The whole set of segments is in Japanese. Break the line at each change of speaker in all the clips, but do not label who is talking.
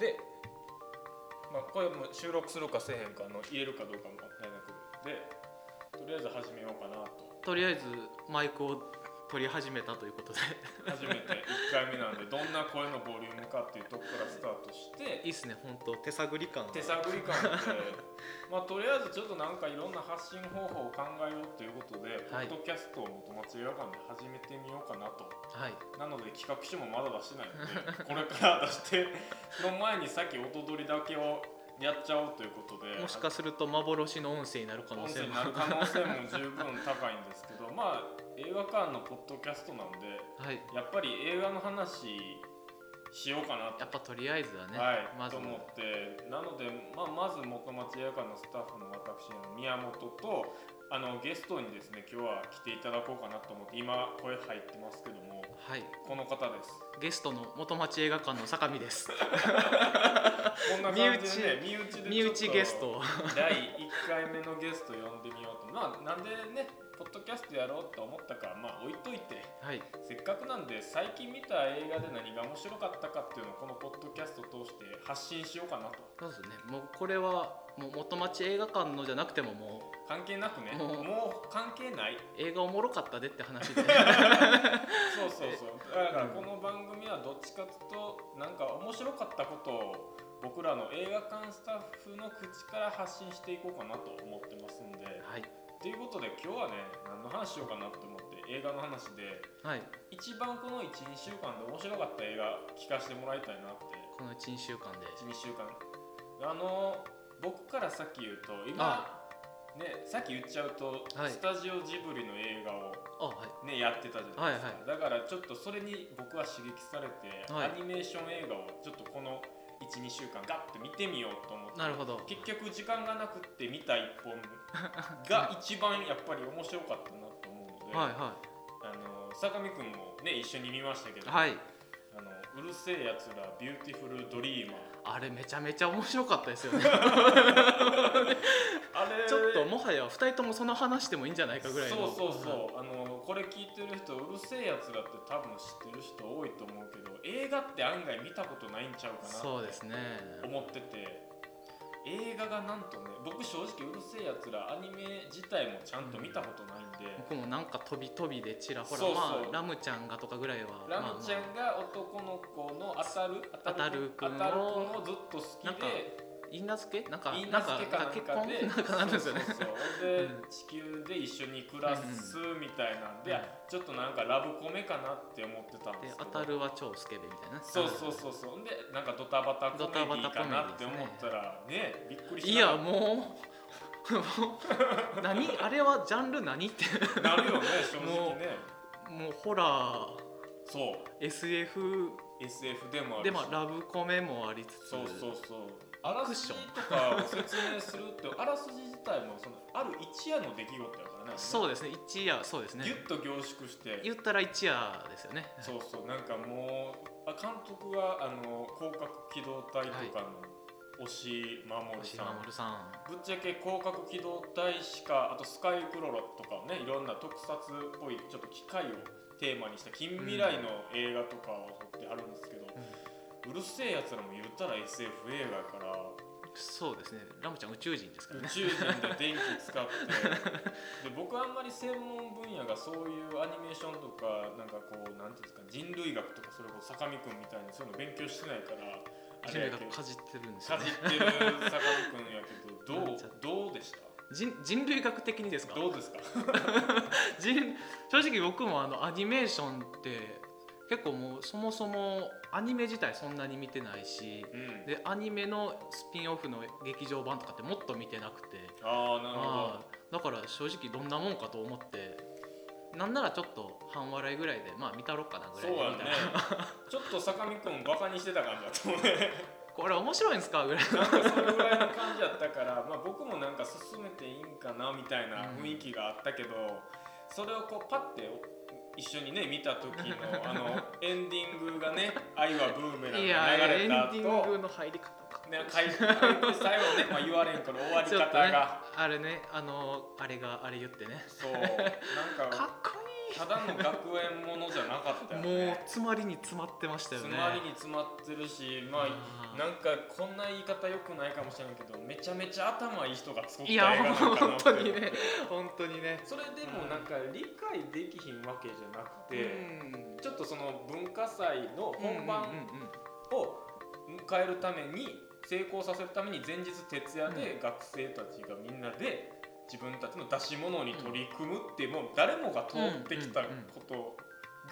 で、まあ、これも収録するかせえへんかの入れるかどうかも連絡でとりあえず始めようかなと
とりあえずマイクを取り始めたということで
初めて1回目なん でどんな声のボリュームかっていうとこからスタートして
いいっすね本当手探り感が
手探り感で、まあ、とりあえずちょっとなんかいろんな発信方法を考えようということで、
はい
ポッドキャストを元町映画館で始めてみようかなと
はい
なので企画書もまだ出してないのでこれから出しての前にさっき音取りだけをやっちゃおうということで
もしかすると幻の音声になる可能
音
性
声に
も
なる可能性も十分高いんですけど まあ映画館のポッドキャストなんで
はい
やっぱり映画の話しようかなと
やっぱとりあえずはね、
はい、
まず
と思
は
ってなので、まあ、まず元町映画館のスタッフの私の宮本とあのゲストにですね今日は来ていただこうかなと思って今声入ってますけども
い
この方です
ゲストの元町映画館の坂見です
こんな感じで、ね、身内で
身
ちょっ
内
と
ゲスト
第1回目のゲスト呼んでみようとまあなんでねポッドキャストやろうと思ったからまあ置いといて
はい
せっかくなんで最近見た映画で何が面白かったかっていうのをこのポッドキャスト通して発信しようかなと
そうですねもうこれはもう元町映画館のじゃなくてもも
関係なくね
もう
もう関係ないう
映画おもろかったでって 話
そ
で
うそうそう だからこの番組はどっちかというとなんか面白かったことを僕らの映画館スタッフの口から発信していこうかなと思ってますんで
はい
ということで今日はね何の話しようかなと思って映画の話で
はい
一番この12週間で面白かった映画聞かせてもらいたいなって
この1週間で
12週間あの僕からさっき言うと今ねさっき言っちゃうと、
はい
スタジオジブリの映画を
あはい
ね、やってたじゃないですか、
はいは
だからちょっとそれに僕は刺激されて、
はい
アニメーション映画をちょっとこの12週間ガッて見てみようと思って
なるほど
結局時間がなくって見た一本 が一番やっぱり面白かったなと思うので、
はいは
あの坂見君もね一緒に見ましたけ
い
ど、
はい
あのうるせえやつらビューティフルドリー マー
あれめちゃめちゃ面白かったですよね
あれ
ちょっともはや2人ともその話してもいいんじゃないかぐらいの
そうそうそう、あのこれ聞いてる人うるせえやつらって多分知ってる人多いと思うけど映画って案外見たことないんちゃうかなって
そうですね
思ってて映画がなんとね僕正直「うるせえやつら」アニメ自体もちゃんと見たことないんで、
僕もなんか飛び飛びでちらほら
そうそう
まあラムちゃんがとかぐらいは
ラムちゃ
まあ
んが男の子のあたるあ
あたるくんを
あたるくんをずっと好き
なんか
で
まあ因果付けなんか
い
なん
助か
か
なん
結
か
婚
で
なんかなんですよね
そうそうそうで、
うん
地球で一緒に暮らすみたいなんで、
うん
ちょっとなんかラブコメかなって思ってたんで
です
け
当
ど
たるは超スケベみたいな
そうそうそうそうでなんかドタバタコメディーかなって思ったらねびっくりし
いやもうもう 何あれはジャンル何って
なるよね正直
も
ね
もうホラ
そう
ー SF
SF でもあるし
でまあラブコメもありつつ
そうそうそうあら
クッ
す
シ
じ
ョン
とかを説明するってあらすじ自体もそのある一夜の出来事やからね
そううですね一夜そうですね
ぎゅっと凝縮して
言ったら一夜ですよね
そうそうなんかもうあ監督はあの広角機動隊とかの押井守
星
さん、
守さん
ぶっちゃけ広角機動隊しかあとスカイクロロとかをねいろんな特撮っぽいちょっと機械をテーマにした近未来の映画とかを撮ってあるんですけど、うるせえやつらも言ったら SF 映画やから
そうですねラムちゃん宇宙人ですから
宇
ね
宙人で電気使ってで僕はあんまり専門分野がそういうアニメーションとかなんかこうなんていうんですか人類学とかそれこそ坂見くんみたいにそういうの勉強してないからあ
人
れ
類
やけ
学
ど
かじってるんです
か
よ
じ
ね
ってる坂見くんやけどどうどうでした
人人類学的にですか
どうですか
人正直僕もあのアニメーションって結構もうそもそもアニメ自体そんなに見てないし
うん
でアニメのスピンオフの劇場版とかってもっと見てなくて
ああなるほど
あーだから正直どんなもんかと思ってなんならちょっと半笑いぐらいでまあ見たろっかなぐ
そ
らいうで
や
見た
ね
ら
ちょっと坂見くんバカにしてた感じだったもんね
これ面白いんですかぐらい
なんかそれぐらいの感じやったから、まあ、僕もなんか進めていいんかなみたいな雰囲気があったけど、それをこうパッて一緒にね見た時 のあのエンディングがね「愛はブーメラ
いや
ン」が流
エ
れ
ンデ
た後
ィングの入り方かっこいい
ね、かい最後ね、まあ、言われんから終わり
ちょ
方
っとね
が、
あれねあのあれがあれ言ってね
そうなん
かっ
か
こいい
ただの学園ものじゃなかったよね
もう詰まりに詰まってましたよね
詰まりに詰まってるしま
あ
あ
ー
なんかこんな言い方よくないかもしれないけどめちゃめちゃ頭いい人が作った
い
映画
や
なんかな
本
って
当にね本当にね
それでもなんか理解できひんわけじゃなくて、
うん
ちょっとその文化祭の本
うん
番
うんうんうん
を迎えるために成功させるために前日徹夜で学生たちがみんなで自分たちの出し物に取り組むってもう誰もが通ってきたこと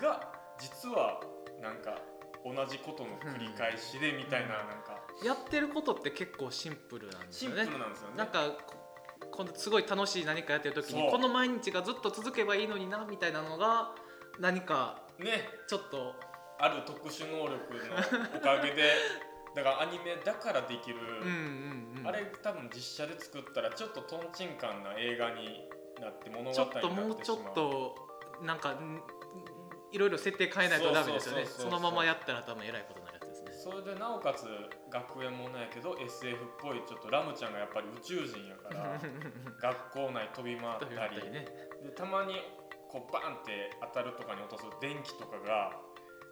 が実はなんか同じことの繰り返しでみたいな
う
なんか
やってることって結構シンプルなんです
シン
よ
プル
ね
なんですよね。
なんかここのすごい楽しい何かやってる時
そ
に
う
この毎日がずっと続けばいいのになみたいなのが何か
ね
ちょっと
ある特殊能力のおかげでだからアニメだからできる、
うんうんうん
あれ多分実写で作ったらちょっととんちんかんな映画になって物語に
ち
な
ょ
っ
っ
し
てと
まう
もうちょっとなんかんんいろいろ設定変えないとダメですよね
そうそうそうそ
そうのままやったら多分えらいことになるやつですね
それでなおかつ学園ものやけど SF っぽいちょっとラムちゃんがやっぱり宇宙人やから学校内飛び回
という
った
あ
り
たりね
でたまにこうバンって当たるとかに落とす電気とかが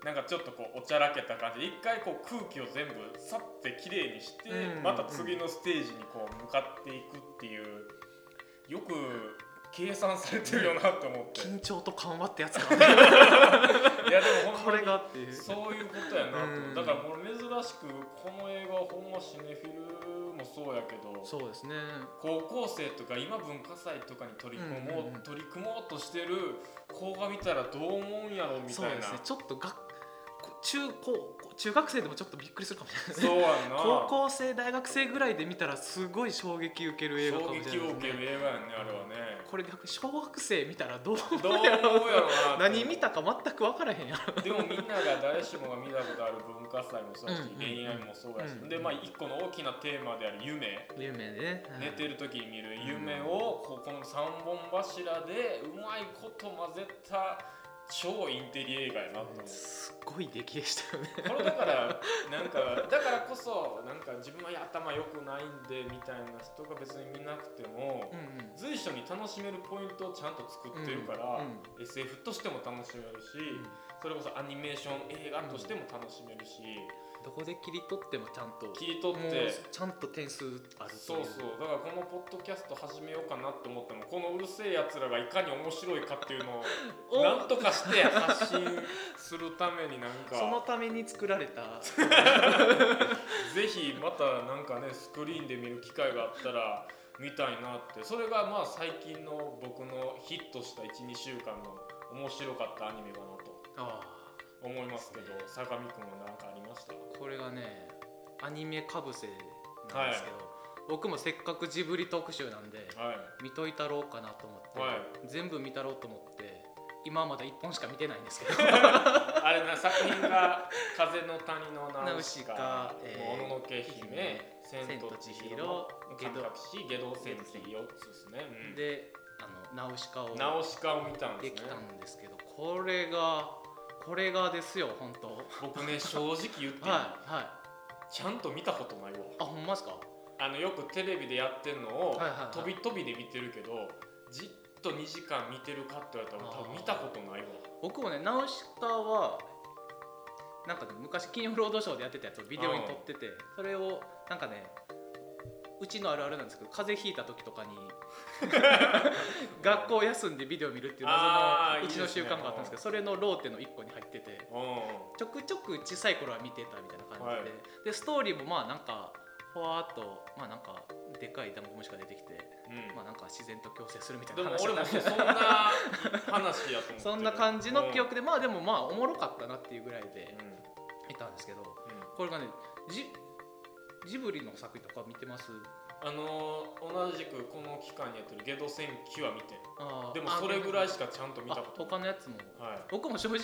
なんかちょっとこうおちゃらけた感じで一回こう空気を全部さってきれいにして、
うん
また次のステージにこう向かっていくっていうよく計算されてるよなと思って
緊張と緩和ってやつ か
いやでもほ
こ
んま
れ
に
がっていう
そういうことやなと思
う
うんだからこれ珍しくこの映画ほんまシネフィルもそうやけど
そうですね
高校生とか今文化祭とかに取り組もう,、
うんうんうん
取り組もうとしてる子が見たらどう思うんやろみ
そう
たい
で
な
すねちょっとが中高中学生でもちょっとびっくりするかもしれないですね
そうやんな
高校生大学生ぐらいで見たらすごい衝撃受ける映画か
衝
もしれないです
撃を受け
ね
る映画やんねあれはね
これ逆に小学生見たら どう
どう思うやろな
何見たか全く分からへんやろ
でもみんなが誰しもが見たことある文化祭もそうやし、
うんうん
恋愛もそうやし、
うん
でまあ一個の大きなテーマである夢、
有名でね
寝てる時に見る夢をこうこの三本柱でうまいこと混ぜた超インテリ映画やなと思う
すっごい出来でしたよね
これだからなんかだからこそなんか自分は頭良くないんでみたいな人が別に見なくても随所に楽しめるポイントをちゃんと作ってるから
うん
SF としても楽しめるしそれこそアニメーション映画としても楽しめるし
どこで切り取ってもちゃんと
切り取っ
もう
て
ちゃんと点数あると
そ
いう
うそうだからこのポッドキャスト始めようかなって思ってもこのうるせえやつらがいかに面白いかっていうのを
お
なんとかして発信するためになん
その
か
ために作られた
ぜひまたなんかねスクリーンで見る機会があったら見たいなってそれがまあ最近の僕のヒットした12週間の面白かったアニメかなと
あ
思いますけど坂見くんは何かありました
あこれがねアニメかぶせなんですけど、僕もせっかくジブリ特集なんで
はい
見といたろうかなと思って、
はい
全部見たろうと思って今はまだ1本しか見てないんですけど
あれな作品が「風の谷のナ
ナ
ウ
ウ
シ
シ
カ
カ」
「
えー
もののけ姫」「千と千尋」「
ゲ
神
ド
隠し」「ゲド戦記」4つですね、うん
であのナウシカを
ナウシカを見たんで
ですき
ね
たんですけどこれがこれがですよ本当
僕ね正直言っていい、
はいはい
ちゃんと見たことないわ
あほんまですか
あのよくテレビでやってんのを
はいはいはい
飛び飛びで見てるけどじっと2時間見てるかって言われたら多分見たことないわ
僕もねナウシカはなんかね昔金曜ロードショーでやってたやつをビデオに撮っててそれをなんかねうちのあるあるなんですけど風邪ひいた時とか に学校休んでビデオ見るっていう謎
あー
のうち
いい
の
ですね
習慣があったんですけどそれのローテの1個に入ってて
う
ちょくちょく小さい頃は見てたみたいな感じで、
はい
でストーリーもまあなんかふわーっとまあなんかでかいダンゴムシが出てきて、
ん、うん
まあなんか自然と共生するみたい
で
な
も
話
俺
だった
も
ん
そそんな話
で
やと思ってる
そんな感じの記、
う
憶で、まあでもまあおもろかったなっていうぐらいで
んうん
見たんですけ
う
ど
ん
これがねジジブリの作品とか見てます
あのー同じくこの期間にやってる「ゲド戦記」は見てん
あー
でもそれぐらい
あ
しかちゃんと見たことな
他
い
のやつも
はい
僕も正直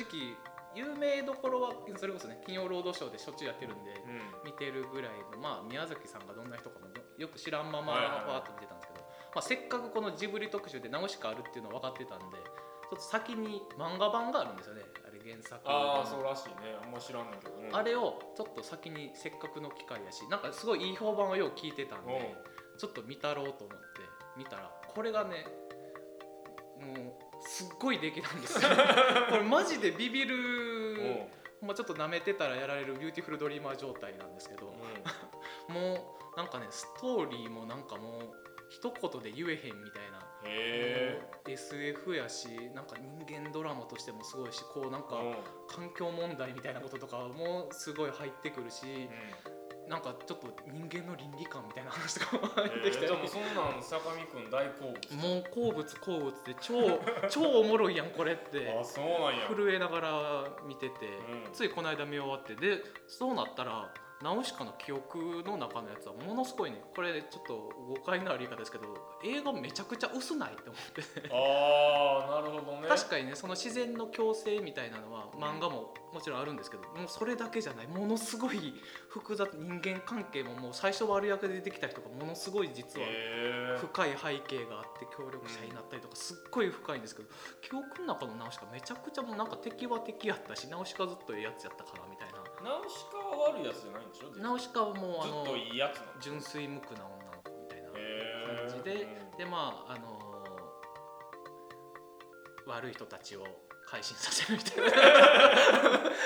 有名どころはそれこそね「金曜ロードショー」でしょっちゅうやってるんで、
うん
見てるぐらいの、まあ、宮崎さんがどんな人かもよく知らんまま
はいはいはい
パーッと見てたんですけど、まあ、せっかくこのジブリ特集で直しかあるっていうのは分かってたんでちょっと先に漫画版があるんですよねあれ原作
ああそうらしいねあんま知らんねんけど、うん
あれをちょっと先にせっかくの機会やしなんかすごいいい評判をよく聞いてたん
うん
でちょっと見たろうと思って見たらこれがねもうすっごい出来なん ですよこれマジでビビるまあちょっと舐めてたらやられるビューティフルドリーマー状態なんですけど、もうなんかねストーリーもなんかもう一言で言えへんみたいな、
へえ
もう SF やしなんか人間ドラマとしてもすごいしこうなんか環境問題みたいなこととかもすごい入ってくるし、なんかちょっと人間の倫理観みたいな話とかも入ってきた
で
り、
もうそんなん坂見くん大好物
もう好物好物で 超超おもろいやんこれって
あそうなんや
震えながら見てて、
うん
ついこの間見終わってでそうなったらナウシカの記憶の中のやつはものすごいねこれちょっと誤解のある言い方ですけど映画めちゃくちゃ薄ないって思って
ああなるほどね
確かにねその自然の共生みたいなのは漫画ももちろんあるんですけどもうそれだけじゃないものすごい複雑人間関係ももう最初悪役で出てきた人がものすごい実は
へえ
深い背景があって協力者になったりとかすっごい深いんですけど記憶の中のナウシカめちゃくちゃもうなんか敵は敵やったしナウシカずっとええやつやったからみたいな
ナウシカは悪いやつじゃないんでしょずっ
ナウシカはもうあ
と
の
いいやつなの
純粋無垢な女の子みたいな
へえ
感じででまああのー悪い人たちを改心させるみ たいな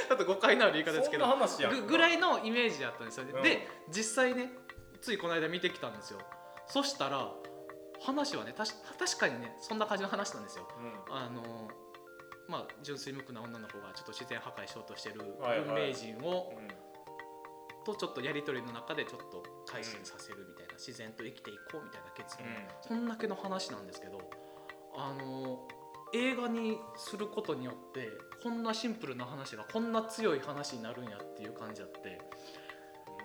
ちょっと誤解のある言い方ですけ
そ
ど
んな話やん
ぐぐらいのイメージだったんですよ、
うん
で実際ねついこの間見てきたんですよそしたら話はねたし確かにねそんな感じの話なんですよ
うん
あのーまあ純粋無垢な女の子がちょっと自然破壊しようとしてる
はいはい
文明人を
うん
とちょっとやり取りの中でちょっと改心させるみたいな自然と生きていこうみたいな結論そんだけの話なんですけどあの映画にすることによってこんなシンプルな話がこんな強い話になるんやっていう感じあって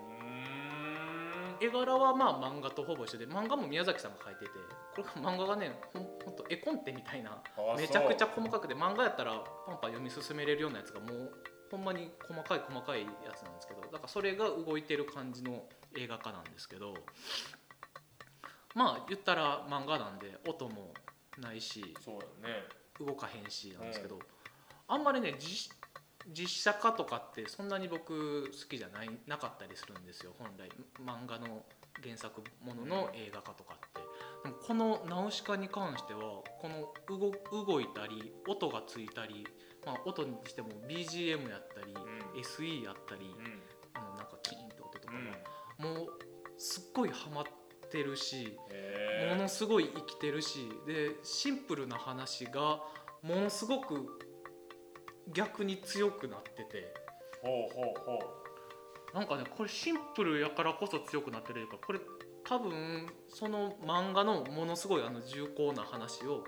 うん
絵柄はまあ漫画とほぼ一緒で漫画も宮崎さんが描いててこれが漫画がねほんほんと絵コンテみたいな
あ
めちゃくち
ゃ
ゃ細かくて漫画やったらパンパン読み進めれるようなやつがもうほんまに細かい細かいやつなんですけどだからそれが動いてる感じの映画化なんですけどまあ言ったら漫画なんで音もないし
そうやね
動かへんしなんですけど、あんまりね実実写化とかってそんなに僕好きじゃないなかったりするんですよ本来漫画の原作ものの映画化とかって。でもこの「ナウシカ」に関してはこの動動いたり音がついたり、まあ、音にしても BGM やったり、
ん
SE やったり、
うん
あのなんかキーンって音とか
う
が、
んへ
もうすっごいハマってるし。も
え
のすごい生きてるしでシンプルな話がものすごく逆に強くなってて
ほうほうほ
なんかねこれシンプルやからこそ強くなってるというかこれ多分その漫画のものすごいあの重厚な話
う
を
うん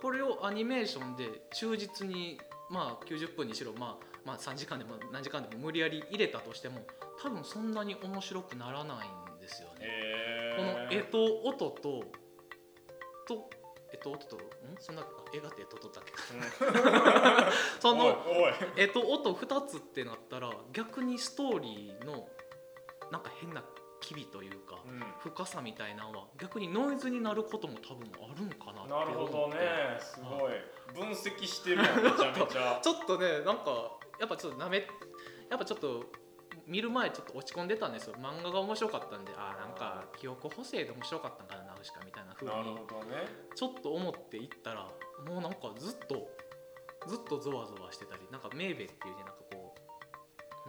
これをアニメーションで忠実にまあ90分にしろまあまあ3時間でも何時間でも無理やり入れたとしても多分そんなに面白くならないんですよね。
へ
この絵
え
と音とと絵と音とんそんなあ絵がって絵と音だっけかそ
おい
の
おい
絵と音2つってなったら逆にストーリーのなんか変な機微というか
うん
深さみたいなのは逆にノイズになることも多分あるんかなって
なる
思
ほ
って
どねすごい分析してるやんめちゃめちゃ
ちょっとねなんかやっぱちょっとなめやっぱちょっと見る前ちょっと落ち込んでたんですよ漫画が面白かったんでああなんか記憶補正で面白かったんかなナウシカみたいな風
なる
に
ほどね
ちょっと思って行ったらもうなんかずっとずっとゾワゾワしてたりなんかメーベっていうねなんかこ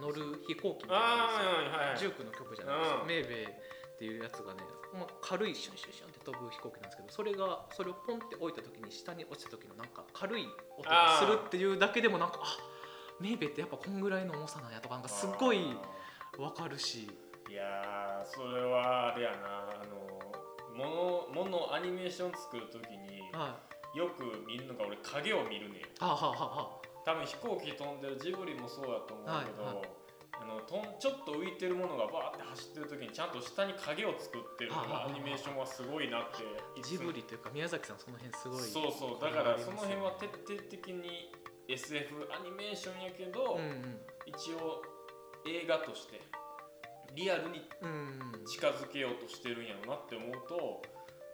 う乗る飛行機みたいな
ああはいは
や
い
つジュークの曲じゃないですか、
うん
メーベっていうやつがね、まあ、軽いシュンシュンシュンって飛ぶ飛行機なんですけどそれがそれをポンって置いた時に下に落ちた時のなんか軽い音がするっていうだけでもなんかあメーベってやっぱこんぐらいの重さなんやとかなんかすごい
い
わかるし
やーそれはあれやなあのものものアニメーション作るときに
はい
よく見るのが俺影を見るねん
はあはあはあは
多分飛行機飛んでるジブリもそうだと思うけど、
はいはい
あのとんちょっと浮いてるものがバーって走ってる時にちゃんと下に影を作ってるのがアニメーションはすごいなって
あ
いつ
ジ
も
ブリというか宮崎さんその辺すご
そ
い
うそうだからその辺は徹底的に SF アニメーションやけど、
うんうん
一応映画としてリアルに
うんうんうん
近づけようとしてるんやろなって思うとも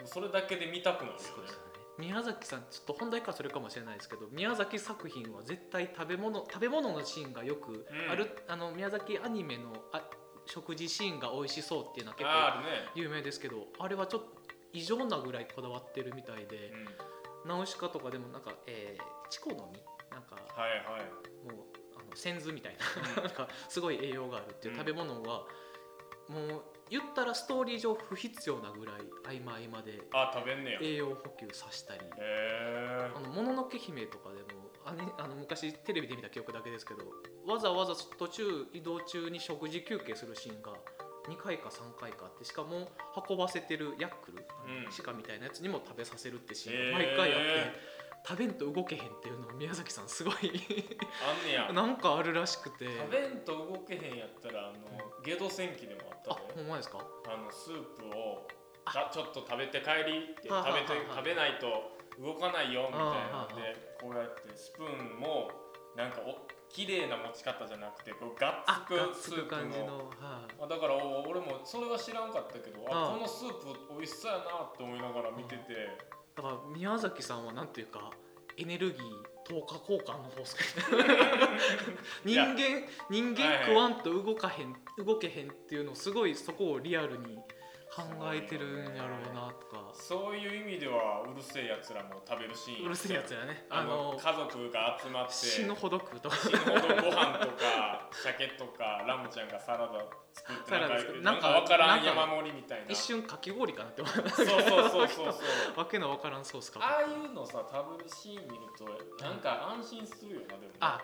うそれだけで見たくなるよね
そうですよね宮崎さんちょっと本題からそれかもしれないですけど宮崎作品は絶対食べ物食べ物のシーンがよく
うん
ある、あの宮崎アニメのあ食事シーンが美味しそうっていうのは結
あ
構
ーあるね
有名ですけどあれはちょっと異常なぐらいこだわってるみたいで、ナウシカとかでもなんか、えー、チコの実なんか
はいはい
もうあの仙豆みたいななんかすごい栄養があるっていう食べ物は、もう言ったらストーリー上不必要なぐらい合間合間で
あ食べんねやへ
栄養補給させたり
え
あのもののけ姫とかでもあねあの昔テレビで見た記憶だけですけどわざわざ途中移動中に食事休憩するシーンが2回か3回かあってしかも運ばせてるヤックル、あ
うん
の鹿みたいなやつにも食べさせるってシ
へ
ー
ー
ンが毎回あって、食べんと動けへんっていうのを宮崎さんすごい
あんねや
なんかあるらしくて
食べんと動けへんやったらあのゲド戦記でもあ
あ
った
ほ
で
んまですか
あのスープをあちょっと食べて帰りって
はあ
食べて
はあはあ
食べないと動かないよみたいなん
はあはあ
でこうやってスプーンもなんかお綺麗な持ち方じゃなくてこうガ
あが
ッ
っ
ツ
つ
くスー
く感
プ
じ
の
の、はい
あだからお俺もそれは知らんかったけど
あ
あ
あ
このスープ美味しそうやなって思いながら見てて
だから宮崎さんはなんていうかエネルギー投下交換の法則
いやはいはい
人間人間食わんと動かへん動けへんっていうのをすごいそこをリアルに考えてるんやろうなとか
そういう意味ではうるせえやつらも食べるシーン
うるせえやつやね
あ
あ
の
の
家族が集まって
死ぬほど食うとか
死ぬほどご飯とか鮭とかラムちゃんがサラダ作ってなんか
サラダ作る
なんか
なんか
わからん
なんか
山盛りみたいな
一瞬かき氷かなって思う
そうそうそうそうそう
わけのわからんソースか
ああいうのさ食べるシーン見るとなんか安心するよなでもね
あ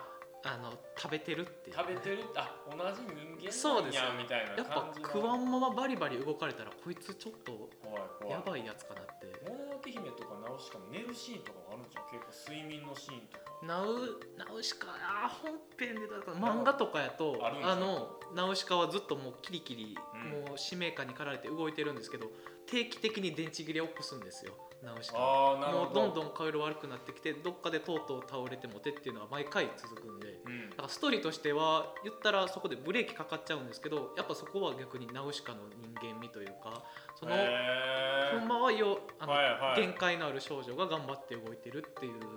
あの食べてるっていうね、
食べてるあ同じ人間
そ
な
う
ん
です
や
よ
みたいな
やっ
感
ぱ
じの
食わんままバリバリ動かれたらこいつちょっと
怖い怖い
やばいやつかなって
もののけ姫とかナウシカも寝るシーンとかもあるんじゃん結構睡眠のシーンとか
ナウナウシカあー本編でだから漫画とかやと
あるんです
あ
よ
のナウシカはずっともうキリキリ、
うん
もう使命感に駆られて動いてるんですけど定期的に電池切れを起こすんですよナウシカは
ああなる
も
ほ
う
ど
どんどん顔色悪くなってきてどっかでとうとう倒れてもてっていうのは毎回続くんで
うん
だからストーリーとしては言ったらそこでブレーキかかっちゃうんですけどやっぱそこは逆にナウシカの人間味というかその、
へー
ほんまはよあの、
はいはい
限界のある少女が頑張って動いてるっていう風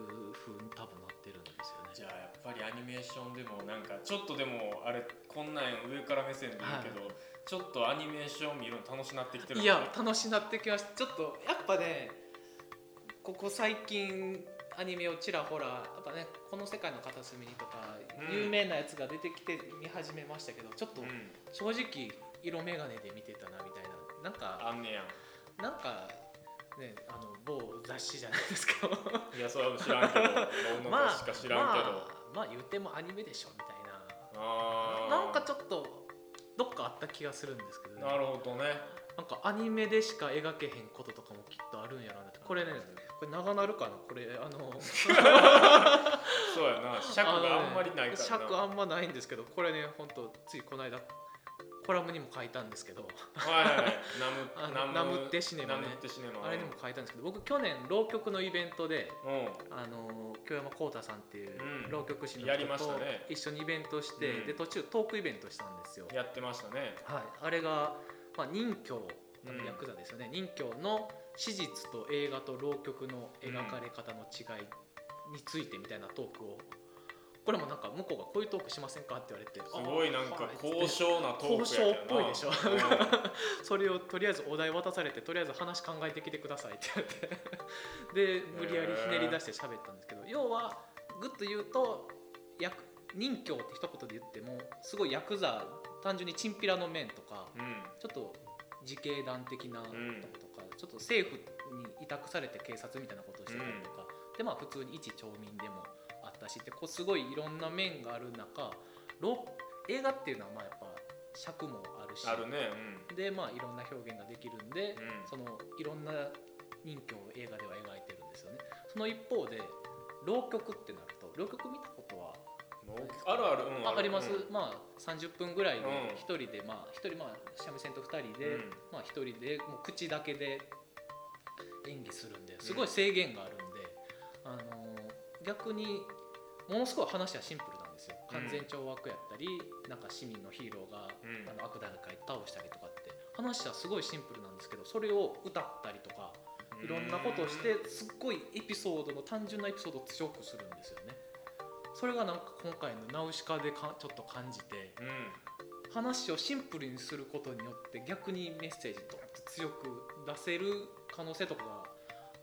に多分なってるんですよね。
じゃあやっぱりアニメーションでもなんかちょっとでもあれこんなんやん上から目線で言うけど、ちょっとアニメーション見るの楽しなってきてる
いや楽しなってきましたちょっとやっぱねここ最近アニメをちらほらやっぱね「この世界の片隅に」とか、
うん
有名なやつが出てきて見始めましたけどちょっ
う
と
ん
正直色眼鏡で見てたなみたいななんか
あんねや
なんかねあの某雑誌じゃないです か
んいやそれは知ら んけどどんなのしか知らんけど、
まあ、まあ言うてもアニメでしょみたいな
あー
なんかちょっとどっかあった気がするんですけどね
なるほどね
なんかアニメでしか描けへんこととかもきっとあるんやろうなってこれねこれ長なるかなこれあの
そうやな尺があんまりないからな
尺あんまないんですけどこれね本当ついこの間コラムにも書いたんですけど
はいはいはい
あ
ナ
の
ム
ナムってシネマね
ナムってシネマ
あれにも書いたんですけど僕去年浪曲のイベントで
うん
あの京山幸太さんっていう
うん
浪曲師の
やりま
人
した
と
ね
一緒にイベントして、
うん
で途中トークイベントしたんですよ、
やってましたね
はい、あれが、まあ、任侠あ
うん
のヤクザですよね、任侠の史実と映画と浪曲の描かれ方の違いについてみたいなトークをこれもなんか向こうがこういうトークしませんかって言われて
すごいなん
あー
か
はい
高尚なトークやったよな
高尚っぽいでし それをとりあえずお題渡されてとりあえず話考えてきてくださいって言って で無理やりひねり出して喋ったんですけど要はグッと言うとヤク任侠って一言で言ってもすごいヤクザ単純にチンピラの面とか
うんうん
ちょっと自警団的なと
ん
ことか、ちょっと政府に委託されて警察みたいなことをしてたりとか、でまあ普通に一町民でもあったしってこうすごいいろんな面がある中ろ映画っていうのはまあやっぱ尺もあるし
あるね
でまあいろんな表現ができるんで、
うん
そのいろんな任侠を映画では描いてるんですよね。その一方で浪曲ってなると浪曲見たことは
うんもうあるあるうん
ああります、
うん
まあ30分ぐらいで
うん
一人で、まあ一人まあ三味線と二人で、
うん
まあ一人でもう口だけで演技するんですごい制限があるんで、あのー逆にものすごい話はシンプルなんですよ完全懲悪やったり、なんか市民のヒーローが、
うん
あの悪段階倒したりとかって話はすごいシンプルなんですけどそれを歌ったりとかいろんなことをしてすっごいエピソードの単純なエピソードを強くするんですよね。それがなんか今回の「ナウシカ」でかちょっと感じて
うん
話をシンプルにすることによって逆にメッセージドンと強く出せる可能性とかが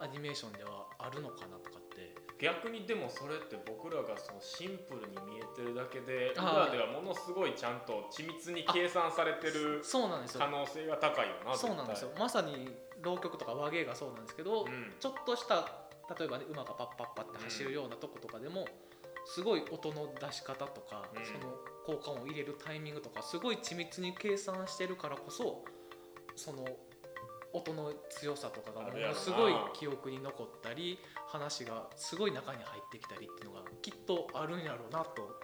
アニメーションではあるのかなとかって
逆にでもそれって僕らがそのシンプルに見えてるだけで
あー
裏ではものすごいちゃんと緻密に計算されてる
そうなんですよ
可能性が高いよな
そうなんですよ、まさに浪曲とか和芸がそうなんですけど、
うん、
ちょっとした例えばね馬がパッパッパって走るようなとことかでも、すごい音の出し方とか、
うん
その効果音を入れるタイミングとかすごい緻密に計算してるからこそその音の強さとかが
あ
も
るやろ
の
な
すごい記憶に残ったり話がすごい中に入ってきたりっていうのがきっとあるんやろうなと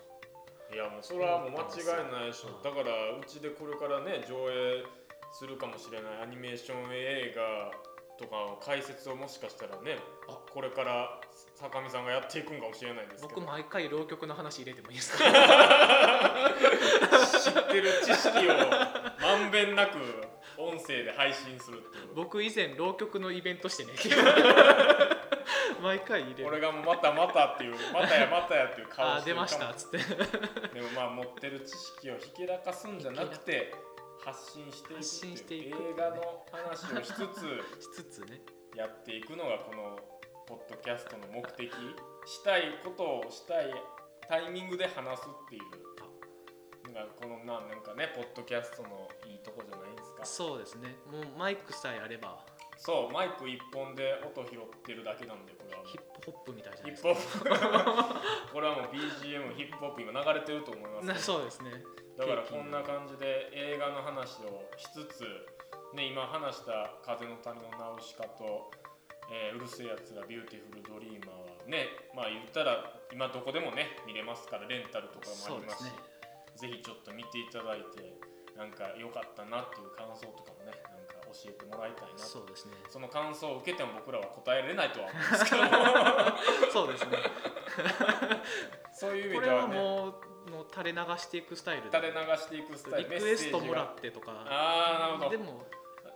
いやもうそれはもう間違いないでしょ
うん
だからうちでこれからね上映するかもしれないアニメーション映画とかの解説をもしかしたらね
あ
これから坂見さんがやっていくんかもしれないですけど
僕毎回浪曲の話入れてもいい ですか
知ってる知識をまんべんなく音声で配信するっていう
僕以前浪曲のイベントしてね 毎回入れる
俺がもうまたまたっていうまたやまたやっていう顔
あ
して
出
るか
ま
も
したっつって
でもまあ持ってる知識をひけらかすんじゃなくて発信していく
発信していくっていうね
映画の話をしつつ
しつつね
やっていくのがこのポッドキャストの目的したいことをしたいタイミングで話すっていうのがこのななんかねポッドキャストのいいとこじゃないですか
そうですねもうマイクさえあれば
そうマイク一本で音拾ってるだけなんでこれはもう
ヒップホップみたいじゃな
ヒ
いで
ッ
す
プ
か
ホップこれはもう BGM ヒップホップ今流れてると思います
なそうですね
だからこんな感じで映画の話をしつつ、ね、今話した「風の谷のナウシカ」と「えーうるせえやつらビューティフルドリーマーは」ねまあ言ったら今どこでもね見れますからレンタルとかも
そ
あ
う
り
で
ますすし
ね
ぜひちょっと見ていただいてなんか良かったなっていう感想とかもねなんか教えてもらいたいな
そうですね
その感想を受けても僕らは答えれないとは思うんですけ ど
そうですね
そういう意
こ
味
れ
では
は
ね
もうもう垂れ流していくスタイルで
垂れ流していくスタイル
リクエストもら
メッセージが
ってとか
ああなるほど
でも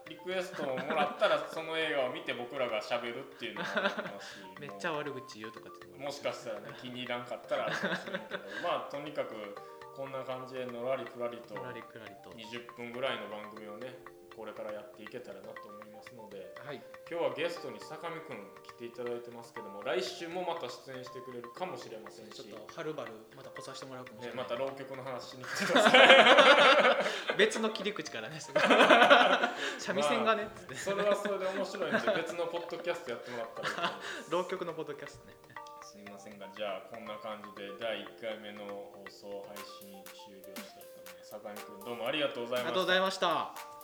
リクエストをもらったらその映画を見て僕らがしゃべるっていうのもありますし
めっちゃ
も
悪口言うとかっていう
う
の
もしかしたらね気に入らんかったらあるかもしれんけどまあとにかくこんな感じでのらりくらりと
くらりくらりと
20分ぐらいの番組をねこれからやっていけたらなと思いますので
はい
今日はゲストに坂見くん来ていただいてますけども来週もまた出演してくれるかもしれませんし
ちょっとはるばるまた来させてもらうかもし
ね
れ、
ま
ない
た浪曲の話しに来てください
別の切り口からね三味線がねつっ て
それはそれで面白いんで別のポッドキャストやってもらったらいいと思います
浪曲のポッドキャストね
すいませんが、じゃあこんな感じで第1回目の放送配信終了したいと思います。坂上くんどうもありがとうござ
あ
い
りが
まし
とうご
た
ざい。ました